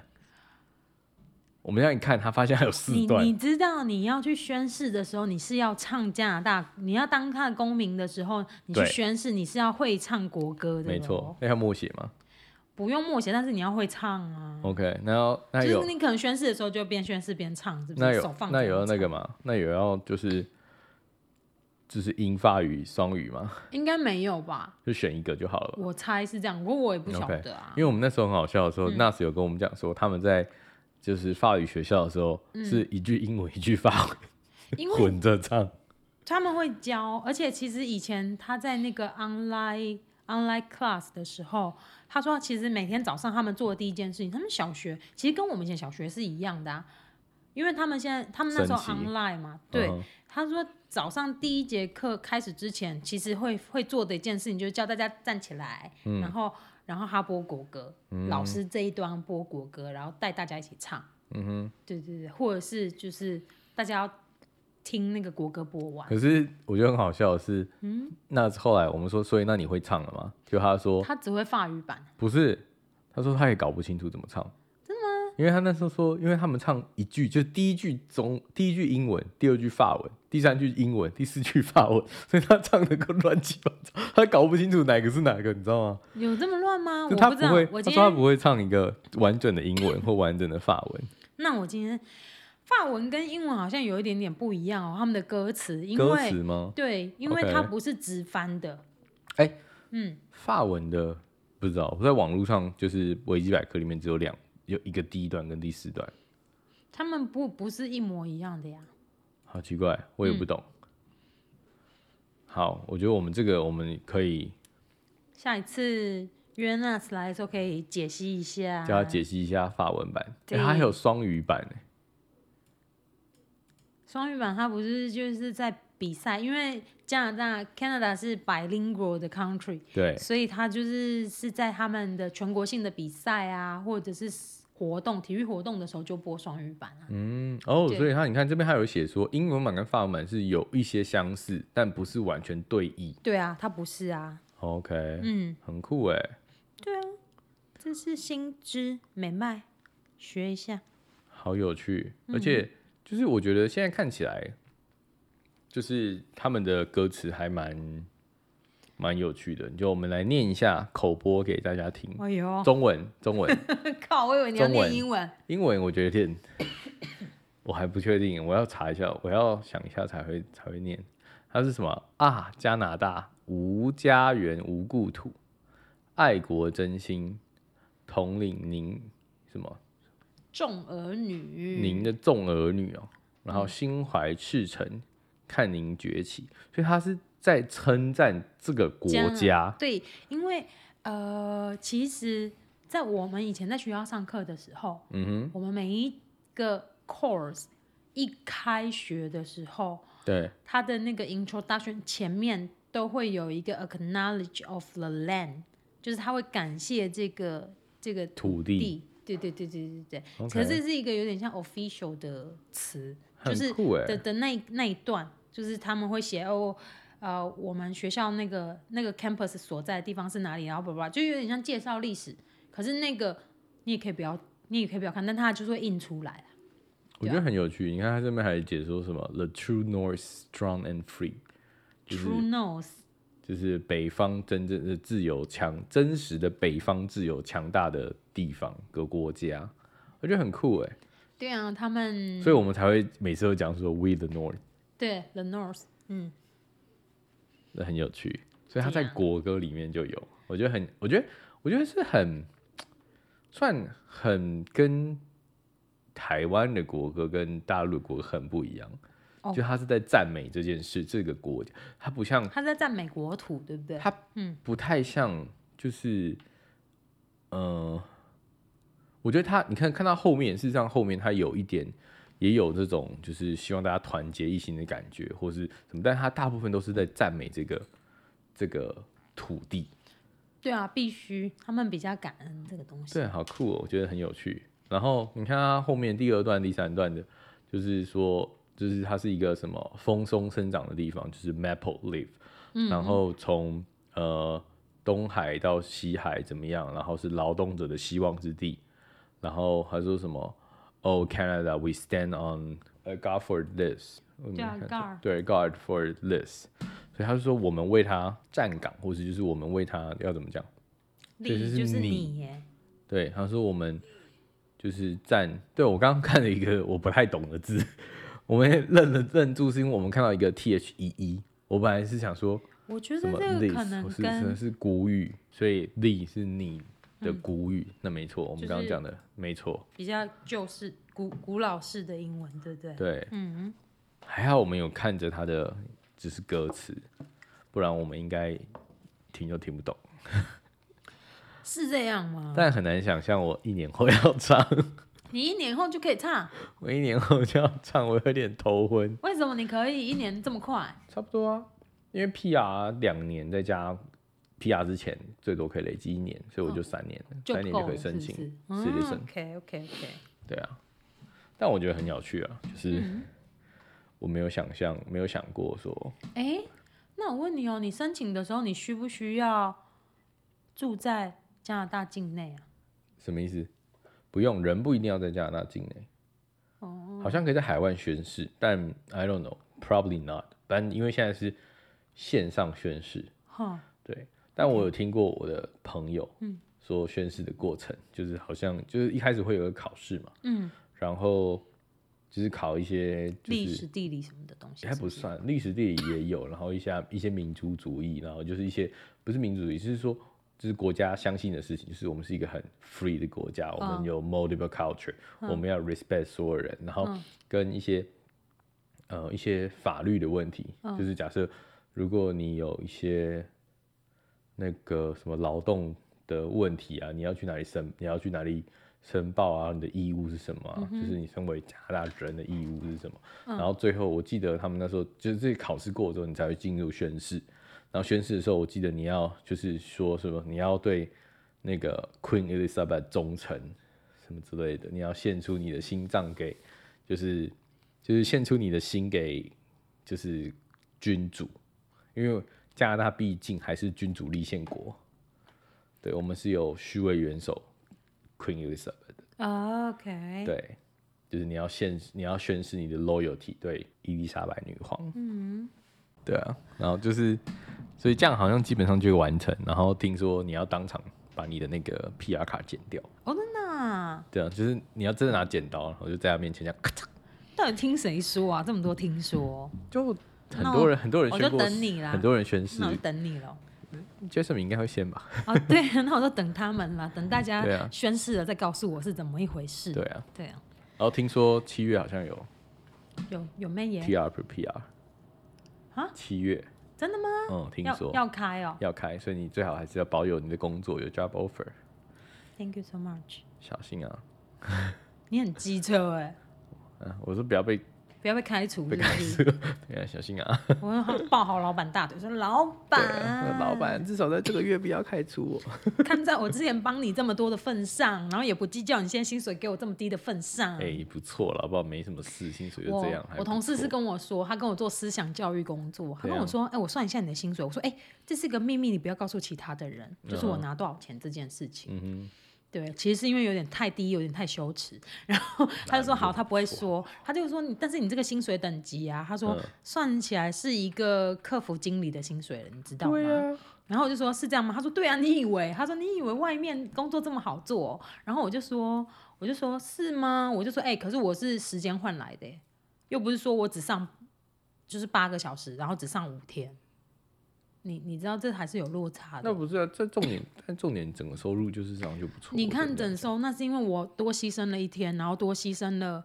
我们让你看，他发现还有四你段你。知道你要去宣誓的时候，你是要唱加拿大，你要当他的公民的时候，你去对宣誓，你是要会唱国歌的、哦没错，，那要默写吗不用默写，但是你要会唱啊。 ？OK，那要哦那就有是你可能宣誓的时候就边宣誓边唱，是不那是？手有放那着有要那唱个吗？那有要就是就是英法语双语吗？应该没有吧？就选一个就好了吧。我猜是这样，不过我也不晓 OK，得啊因。为我们那时候很好笑的时候、n a s 有跟我们讲说，他们在就是法语学校的时候、是一句英文一句法因文为混着唱。他们会教，而且其实以前他在那个 online online class 的时候，他说其实每天早上他们做的第一件事情，他们小学其实跟我们以前小学是一样的、啊，因为他们现在他们那时候升级 online 嘛，对，嗯他说早上第一节课开始之前，其实会会做的一件事情就是叫大家站起来，然后然后他播国歌，老师这一端播国歌，然后带大家一起唱。嗯哼，对对对，或者是就是大家要听那个国歌播完。可是我觉得很好笑的是，那后来我们说，所以那你会唱了吗？就嗯他说他只会法语版，不是，他说他也搞不清楚怎么唱。真的吗？因为他那时候说，因为他们唱一句，就是第一句中第一句英文，第二句法文，第三句英文，第四句法文， [LAUGHS] 所以他唱的够乱七八糟，他搞不清楚哪个是哪个，你知道吗？有这么乱吗？就我他不知道会，。我他今说他天，不会唱一个完整的英文或完整的法文。那我今天法文跟英文好像有一点点不一样哦，他们的歌词， [LAUGHS] 因歌为词吗？对，因为它 OK 不是直翻的。哎嗯，法文的不知道，我在网络上就是维基百科里面只有两，有一个第一段跟第四段，他们不不是一模一样的呀。好奇怪，我嗯也不懂。好，我觉得我们这个我们可以下一次约 n a s 来的时候可以解析一下，叫他解析一下法文版，哎、对它还有双语版哎、双语版，它不是就是在比赛，因为加拿大 Canada 是 bilingual 的 country，对，所以它就是是在他们的全国性的比赛啊，或者是活动、体育活动的时候就播双语版啊。嗯，哦，对所以它你看这边还有写说英文版跟法文版是有一些相似，但不是完全对译。对啊，它不是啊， OK，、嗯，很酷哎、这是新知美麦，学一下。好有趣，而且就是我觉得现在看起来，就是他们的歌词还蛮蛮有趣的。就我们来念一下口播给大家听，哎呦，中文嗯中文靠！我以为你要中文念英文。英文，我觉得念我还不确定，我要查一下，我要想一下才会才会念。它是什么啊？加拿大无家园无故土，爱国真心统领您什么？众儿女，您的众儿女哦，然后心怀赤诚，看您崛起，所以他是在称赞这个国家，对，因为呃，其实，在我们以前在学校上课的时候，嗯我们每一个 course 一开学的时候，哼，对，它的那个 introduction 前面都会有一个 acknowledge of the land，就是他会感谢这个这个土地，对对对对对对。 OK 可是这是一个有点像 official 的词，就很是啊酷哎的的那一那一段，就是他们会写哦，呃，我们学校那个那个 campus 所在的地方是哪里，然后叭叭，就有点像介绍历史。可是那个你也可以不要，你也可以不要看，但它就是会印出来啊。我觉得很有趣。你看他这边还解说什么 “The true North strong and free”，就是 True knows，就是北方真正的自由强，真实的北方自由强大的地方个国家，我觉得很酷哎，对啊，他们所以我们才会每次都讲说 “We the North”，对 the north，嗯，那很有趣。所以他在对啊国歌里面就有，我觉得很，我觉得我觉得是很算很跟台湾的国歌跟大陆的国歌很不一样。哦就他是在赞美这件事，这个国家，他不像，他在赞美国土，对不对？他不太像，就是，呃，我觉得他，你看看到后面，事实上后面他有一点，也有这种就是希望大家团结一心的感觉，或是什么，但他大部分都是在赞美这个这个土地，对啊，必须，他们比较感恩这个东西。对，好酷哦，我觉得很有趣。然后你看它后面第二段、第三段的，就是说，就是它是一个什么风松生长的地方，就是 maple leaf，、然嗯后从呃东海到西海怎么样，然后是劳动者的希望之地，然后还说什么，Oh Canada, we stand on a God for this，嗯对啊我没看错，guard 对 God for this，所以他就说我们为他站岗，或者就是我们为他要怎么讲。对利益就是就是你你耶，对，他说我们就是站，对我刚刚看了一个我不太懂的字，我们愣了愣住，是因为我们看到一个 t h e e，我本来是想说我觉什得么这个可 this 能不是跟嗯是是古语，所以 li 是你的古语，那没错，我们刚刚就是讲的没错，比较旧式、古古老式的英文，对不对？对，嗯，还好我们有看着他的只是歌词，不然我们应该听都听不懂，是这样吗？但很难想象我一年后要唱， [LAUGHS] 你一年后就可以唱，我一年后就要唱，我有点头昏。为什么你可以一年这么快？差不多啊，因为 PR 两年再加 PR 之前最多可以累积一年，所以我就三年了，哦就三年够就可以了申是请不是嗯 citizen，、 OK OK OK，对啊。但我觉得很有趣啊，就是嗯我没有想象，没有想过说，哎、那我问你哦，你申请的时候，你需不需要住在加拿大境内啊？什么意思？不用人不一定要在加拿大境内，哦，好像可以在海外宣誓，但 I don't know，probably not。但因为现在是线上宣誓，哈，对，但我有听过我的朋友，嗯说宣誓的过程，就是好像就是一开始会有个考试嘛，嗯，然后就是考一些就历是史、地理什么的东西还是不不是，算历史地理也有，然后一下一些民族主义，然后就是一些不是民族主义，就是说就是国家相信的事情，就是我们是一个很 free 的国家，我们有 multiple culture，、我们要 respect 所有人，然后跟一些、呃一些法律的问题，就是假设如果你有一些那个什么劳动的问题啊，你要去哪里申，你要去哪里申报啊，你的义务是什么啊、就是你身为加拿大人的义务是什么？然后最后我记得他们那时候就是这考试过之后，你才会进入宣誓。然后宣誓的时候，我记得你要就是说什么，你要对那个 Queen Elizabeth 忠诚，什么之类的，你要献出你的心脏给，就是就是献出你的心给，就是君主，因为加拿大毕竟还是君主立宪国，对我们是有虚位元首 Queen Elizabeth，啊 OK，对，就是你要献你要宣誓你的 loyalty 对伊丽莎白女皇，嗯，对啊，然后就是所以这样好像基本上就会完成，然后听说你要当场把你的那个 PR 卡剪掉。哦，真的啊、对啊，就是你要真的拿剪刀，然后就在他面前这样咔嚓，到底听谁说啊？这么多听说，就很那多我人很多人我宣就过，等你啦啊很多人宣誓那我就等你了。 ，Jason 应该会先吧？哦，对， [LAUGHS] 那我就等他们啦，等大家对啊宣誓了再告诉我是怎么一回事。对啊，对啊，然后听说七月好像有有有妹耶， TR for PR 哎啊七月，真的吗？嗯，听要说要开哦要开，所以你最好还是要保有你的工作，有 job offer， ，Thank you so much。小心啊！你很机车哎、嗯，我说不 [LAUGHS] 要被不要被开除被是不开是除， [LAUGHS] 对啊，小心啊！我要抱好老板大腿说：“老对啊，板，老，板至少在这个月不要开除我。看在我之前帮你这么多的份上，然后也不计较你现在薪水给我这么低的份上。哎，不错了，好不好？没什么事，薪水就嗯我这样。还我不同事错是跟我说，他跟我做思想教育工作，他对啊跟我说：“哎、我算一下你的薪水。”我说：“哎、这是一个秘密，你不要告诉其他的人，就是我拿多少钱这件事情。嗯哼，对，其实是因为有点太低，有点太羞耻。然后他就说：“好，他不会说。”他就说你：“但是你这个薪水等级啊，他说、嗯算起来是一个客服经理的薪水了，你知道吗？”对啊，然后我就说是这样吗？他说对啊，你以为？他说你以为外面工作这么好做哦、然后我就说我就说是吗？我就说哎、可是我是时间换来的耶，又不是说我只上就是八个小时，然后只上五天。你你知道这还是有落差那的。不是啊，这重点， [COUGHS] 但重点整个收入就是这样就不错。你真看的整收，那是因为我多牺牲了一天，然后多牺牲了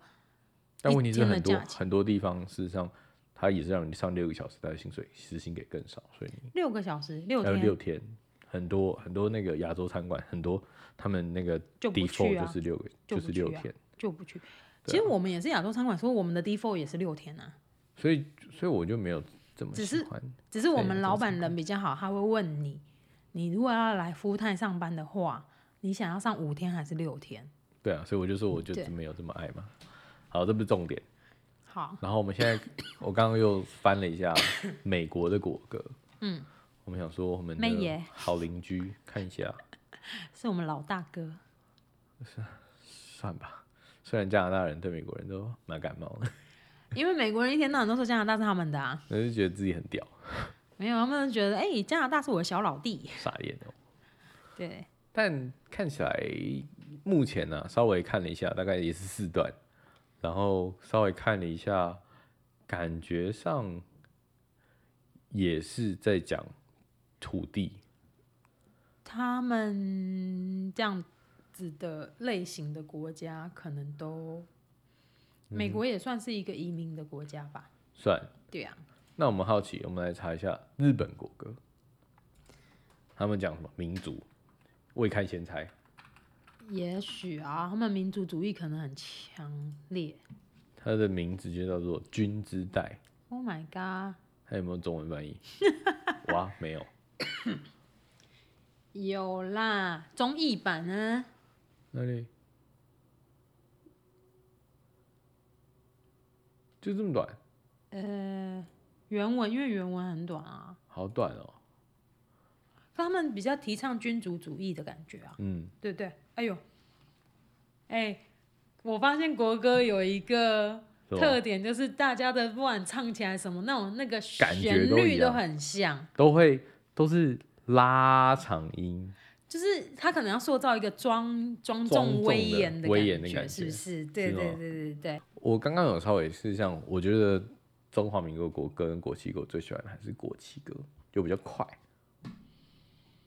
但问题是天的很多价钱很多地方事实上，他也是让你上六个小时，但是薪水时薪给更少，所以你六个小时，六还有天六天，很多很多那个亚洲餐馆，很多他们那个就不去 default 啊就是六个，就就不是去六啊天，就不去。其实我们也是亚洲餐馆，所以我们的 default 也是六天啊，所以所以我就没有这么只喜是欢。只是我对们亚老洲餐板人比较好，他会问你你如果要来服务态上班的话，你想要上五天还是六天？对啊，所以我就说我就对没有这么爱嘛。好，这不是重点。好，然后我们现 [LAUGHS] 在，我刚刚又翻了一下美国的果哥，嗯，我们想说我们妹的耶好邻居看一下，是我们老大哥，算吧。虽然加拿大人对美国人都蛮感冒的， [LAUGHS] 因为美国人一天到晚都说加拿大是他们的啊，但是觉得自己很屌，没有，他们觉得哎、加拿大是我的小老弟，傻眼哦。对，但看起来目前呢、稍微看了一下，大概也是四段，然后稍微看了一下，感觉上也是在讲土地，他们这样子的类型的国家可能都，美国也算是一个移民的国家吧，算对啊，那我们好奇，我们来查一下日本国歌，他们讲什么民族？未开先猜，也许啊，他们民族主义可能很强烈。它的名字就叫做“君之代 Oh my god！”，它有没有中文翻译？ [LAUGHS] 哇，没有。有啦，综艺版呢？哪里？就这么短，呃，原文因为原文很短啊，好短哦。可他们比较提倡君主主义的感觉啊，嗯，对不对？哎呦，哎、我发现国歌有一个是吧特点，就是大家的不管唱起来什么那种那个感觉旋都一律样都很像，都会都是拉长音，就是他可能要塑造一个庄庄庄重重的威严威严的感感是不觉是？对是哦吗对对对对，我刚刚有稍微是像，我觉得中华民国国歌跟国旗歌，我最喜欢的还是国旗歌，就比较快。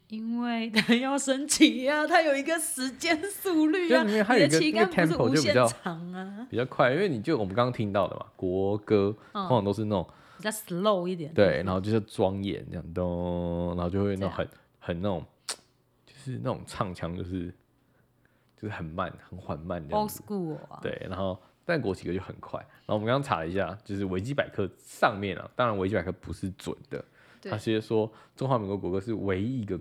因为他要升旗啊，他有一个时间速率啊，就里你面它有一的个旗那杆个不 tempo 是无就比限较长啊，比较快，因为你就我们刚刚听到的嘛，国歌通常都是那种、嗯比较 slow 一点。哦对，然后就是庄严这样咚，然后就会那这种样很很那种，就是那种唱腔就是就是很慢很缓慢这样，old 子， school 啊，对，然后但国旗歌就很快，然后我们刚刚查了一下，就是维基百科上面啊，当然维基百科不是准的，对它其实说中华民国国歌是唯一一个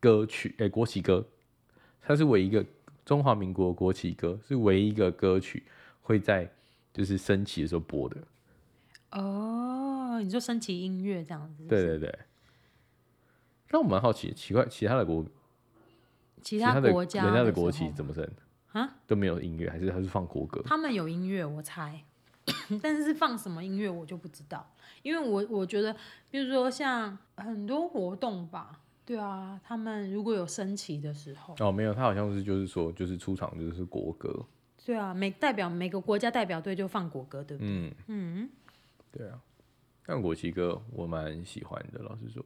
歌曲，诶、国旗歌，它是唯一一个中华民国国旗歌是唯一一个歌曲会在就是升旗的时候播的，哦，你说升旗音乐这样子，对，对对。那我蛮好奇，奇怪，其他的国其他他的国家人家的的国时候旗怎么升啊？都没有音乐，还是还是放国歌？他们有音乐，我猜， [LAUGHS] 但是放什么音乐我就不知道，因为我我觉得，比如说像很多活动吧，对啊，他们如果有升旗的时候，哦，没有，他好像是就是说就是出场就是国歌，对啊，每代表每个国家代表队就放国歌，对不对？嗯，嗯，对啊，但国旗歌我蛮喜欢的，老实说，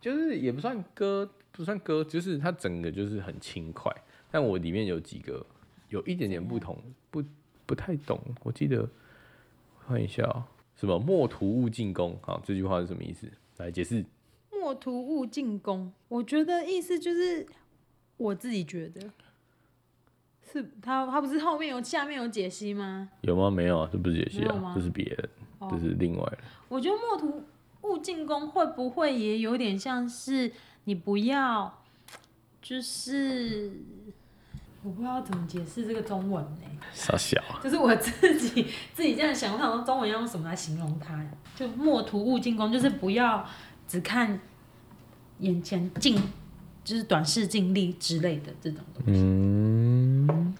就是也不算歌，不算歌，就是它整个就是很轻快。但我里面有几个有一点点不同，不不太懂。我记得看一下、哦，什么“莫图勿进攻”好，这句话是什么意思？来解释。莫图勿进攻，我觉得意思就是我自己觉得。是他，他不是后面有下面有解析吗？有吗？没有啊，这不是解析没有啊吗，这是别人，哦这是另外的。我觉得墨图勿进攻会不会也有点像是你不要，就是我不知道怎么解释这个中文呢、傻小啊，就是我自己自己这样想，我想说中文要用什么来形容它？就墨图勿进攻，就是不要只看眼前近，就是短视近利之类的这种东西，嗯，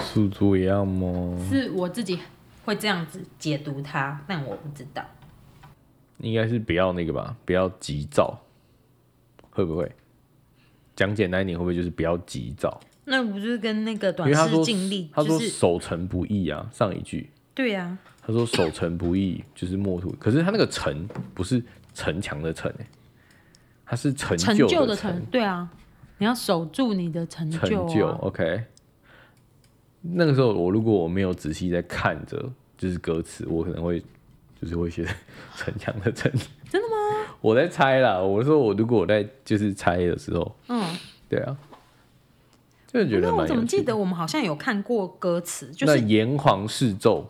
速度一样吗？是我自己会这样子解读它，但我不知道。应该是不要那个吧，不要急躁，会不会？讲简单一点，会不会就是不要急躁？那不是跟那个因短为他视说近利，他就说是守成不易啊，上一句对啊呀、他说守成不易就是莫图，可是他那个城不是城墙的城、欸，他是成成就就的的成成，对啊，你要守住你的成成就、啊。就，OK。那个时候我如果我没有仔细在看着，就是歌词，我可能会就是会写 [LAUGHS] 城墙的城。真的吗？我在猜啦，我说我如果我在就是猜的时候，嗯，对啊，真的觉得那我蛮怎么有记趣的。得我们好像有看过歌词，就那是因炎黄氏纣，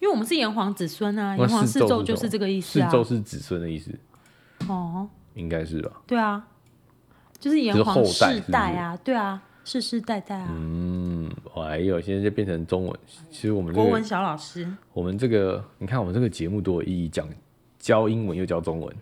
为我们是炎黄子孙那啊，炎黄四纣纣是就什么是这个意啊氏思啊。纣是子孙的意思，哦，应该是吧？对啊，就是炎就是黄后代世是不代啊，对啊，世世代代啊，嗯，哎呦，现在就变成中文。其实我们这国个文小老师，我们这个，你看我们这个节目多有意义，讲教英文又教中文，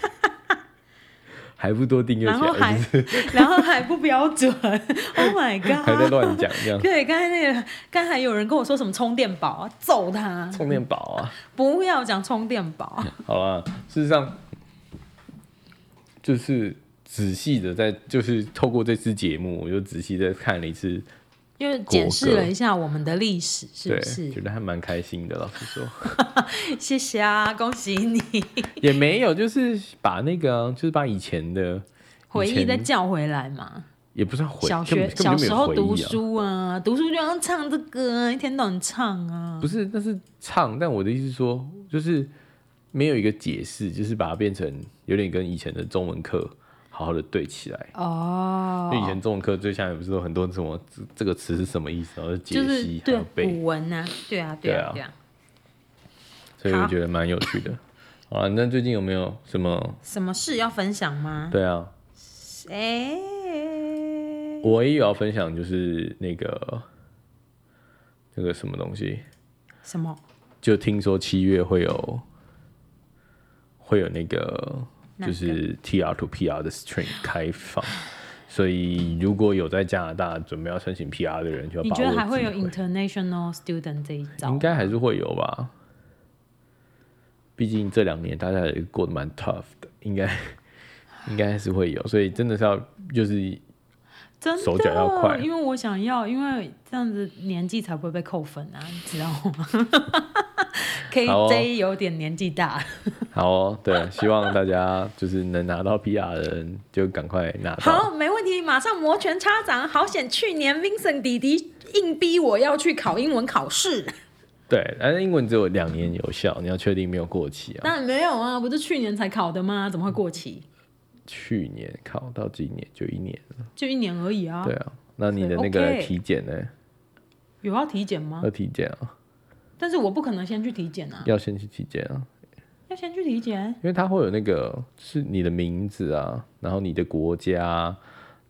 [LAUGHS] 还不多订阅然起后来，还 [LAUGHS] 然后还不标准，Oh [LAUGHS] my 还在 god！乱 [LAUGHS] 讲这样，对，刚才那个，刚才有人跟我说什么充电宝啊，揍他！充电宝啊，不要讲充电宝，好啦，事实上就是仔细的在，就是透过这次节目，我就仔细的看了一次，因为检视了一下我们的历史，是对不，觉是？得还蛮开心的。老实说，谢谢啊，恭喜你， [LAUGHS] 也没有，就是把那个啊、就是把以前的回以忆前再叫回来嘛。也不算回，小根学本根小本就没时有候回忆读啊。书啊，读书就要唱这个啊，一天到晚唱啊。不是，那是唱。但我的意思是说，就是没有一个解释，就是把它变成有点跟以前的中文课好好的对起来。哦因为以前中文课最下面不是有很多什么这这个词是什么意思，然后解就是析还对有背，古文啊，对啊，对啊，啊对啊。所以我觉得蛮有趣的。好啊，那最近有没有什么？什么事要分享吗？对啊，哎，我也有要分享，就是那个那个什么东西，什么就听说七月会有会有那个哪就个是 TR to PR 的 string 开放，所以如果有在加拿大准备要申请 PR 的人，就要你把觉握得还机会有会 international student 这一招应？该还是会有吧。毕竟这两年大家也过得蛮 tough 的，应该 [LAUGHS] 应该还是会有，所以真的是要就是真的，手脚要快啊因为我想要，因为这样子年纪才不会被扣分啊，你知道吗 [LAUGHS] 好哦？KJ 有点年纪大了，好哦，对，希望大家就是能拿到 PR 的人就赶快拿到。好，没问题，马上摩拳擦掌。好险，去年 Vincent 弟弟硬逼我要去考英文考试，对，但是英文只有两年有效，你要确定没有过期啊。但没有啊，不是去年才考的吗？怎么会过期？去年考到今年就一年了，就一年而已啊对，啊。那你的那个 OK 体检呢？有要体检吗要？体检啊，但是我不可能先去体检啊，要先去体检啊，要先去体检。因为它会有那个是你的名字啊，然后你的国家啊，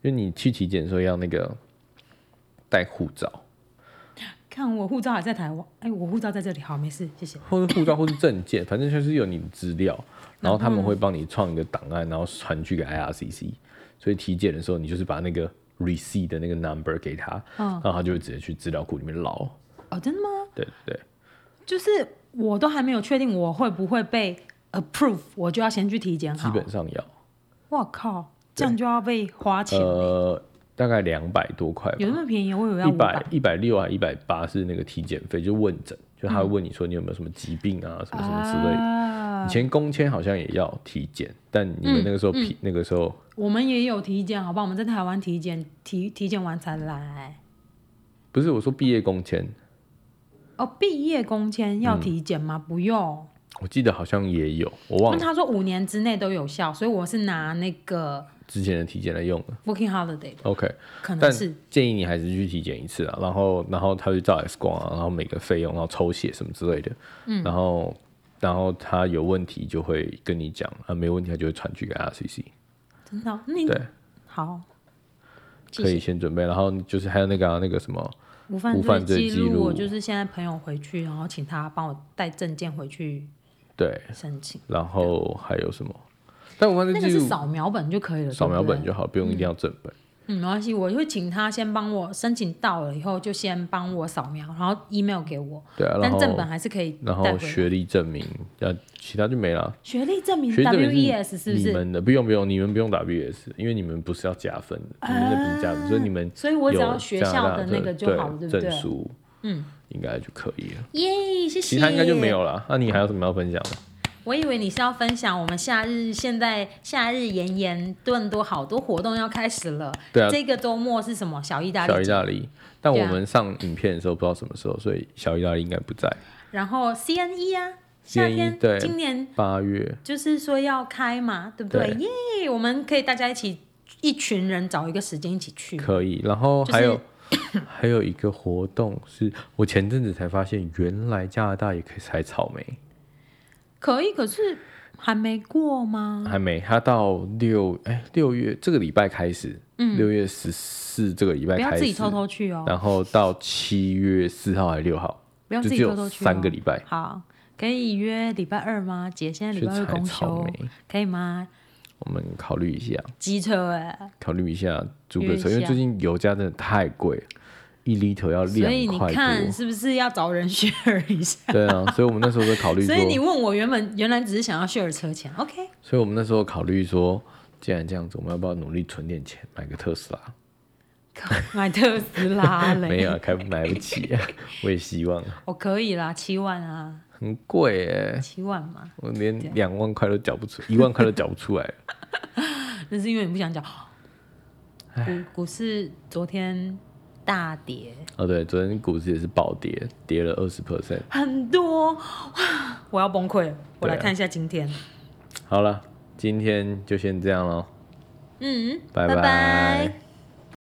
因为你去体检的时候要那个带护照，看我护照还在台湾，哎，我护照在这里，好，没事，谢谢。或是护照或是证件，反正就是有你的资料，然后他们会帮你创一个档案，然后传去给 IRCC。所以体检的时候，你就是把那个 receipt 的那个 number 给他，嗯然后他就会直接去资料库里面捞。哦，真的吗？对对对，就是我都还没有确定我会不会被 approve，我就要先去体检基好。本上要。我靠，这样就要被花钱，呃，大概两百多块吧有，那么便宜？我以为要一五百一百六还一百八是那个体检费，就问诊，就他会问你说你有没有什么疾病啊，什么什么之类的。啊以前工签好像也要体检，但你们那个时候嗯批、那个时候我们也有体检，好吧？我们在台湾体检，体体检完才来。不是我说毕业工签，哦，毕业工签要体检吗？不用，我记得好像也有，我因忘为了他说五年之内都有效，所以我是拿那个之前的体检来用了。 Working Holiday 的， OK，可能但嗯是建议你还是去体检一次啊，然后然后他去照 X 光啊，然后每个费用，然后抽血什么之类的，嗯然后然后他有问题就会跟你讲，啊没问题他就会传去给 RCC，真的哦。那你对，好，谢可以先准备，然后就是还有那个啊、那个什么，无犯无犯罪罪记记录，我录就是现在朋友回去，然后请他帮我带证件回去对，申请。然后还有什么？但我看这那个记是录扫描本就可以了，扫描本对不对就好，不用一定要正本。嗯，没关系，我会请他先帮我申请到了以后，就先帮我扫描，然后 email 给我，对啊，然但正本后还是可以然带后回来学历证明，呃，其他就没了。学历证明学历证明 WES E 是不你是？们的，不用不用，你们不用打 BS，因为你们不是要加分的，你们那不是加分，所以你们所啊以我只有要学加拿校大的那个就好了，对不证对？书，嗯，应该就可以了。耶，谢谢。其他应该就没。有了。那、你还有什么要分享的？我以为你是要分享我们夏日现在夏日炎炎顿多好多活动要开始了。对啊这个周末是什么？小意大利小意节大利，但对我啊们上影片的时候不知道什么时候，所以小意大利应该不在然后 CNE 啊，夏 CNE 天 E，对今年八月。就是说要开嘛，对不对？耶，我们可以大家一起一群人找一个时间一起去。可以，然后嗯就是还有、 [COUGHS] 还有一个活动是，我前阵子才发现，原来加拿大也可以采草莓。可以，可是还没过吗？还没，他到六哎六月这个礼拜开始，嗯六月十四这个礼拜不开要始，自己偷偷去哦，然后到七月四号还是六号，不要就自只己偷偷有去、哦。三个礼拜好，可以约礼拜二吗？姐现在礼去拜二采公草休，莓，可以吗？我们考虑一下，机车哎、考虑一下租约个一车，因为下最近油价真的太贵，一 liter 要所以两你块看 [LAUGHS] 多，是不是要找人 share 一下？对啊，所以我们那时候在考虑所说，以你问我原本原来只是想要 share 车钱，OK？ [LAUGHS] 所以我们那时候考虑说，既然这样子，我们要不要努力存点钱买个特斯拉？靠买特斯拉嘞，没有啊，开买不起、啊，我也希望啊，我可以啦，七万啊，很贵耶，七万嘛，我连两万块都缴不出，一万块都缴不出来。那是因为你不想讲。股股市昨天大跌哦，对，昨天股市也是暴跌，跌了二十 percent。很多，哇，我要崩溃了。我来对啊看一下今天，好了，今天就先这样喽，嗯，拜拜拜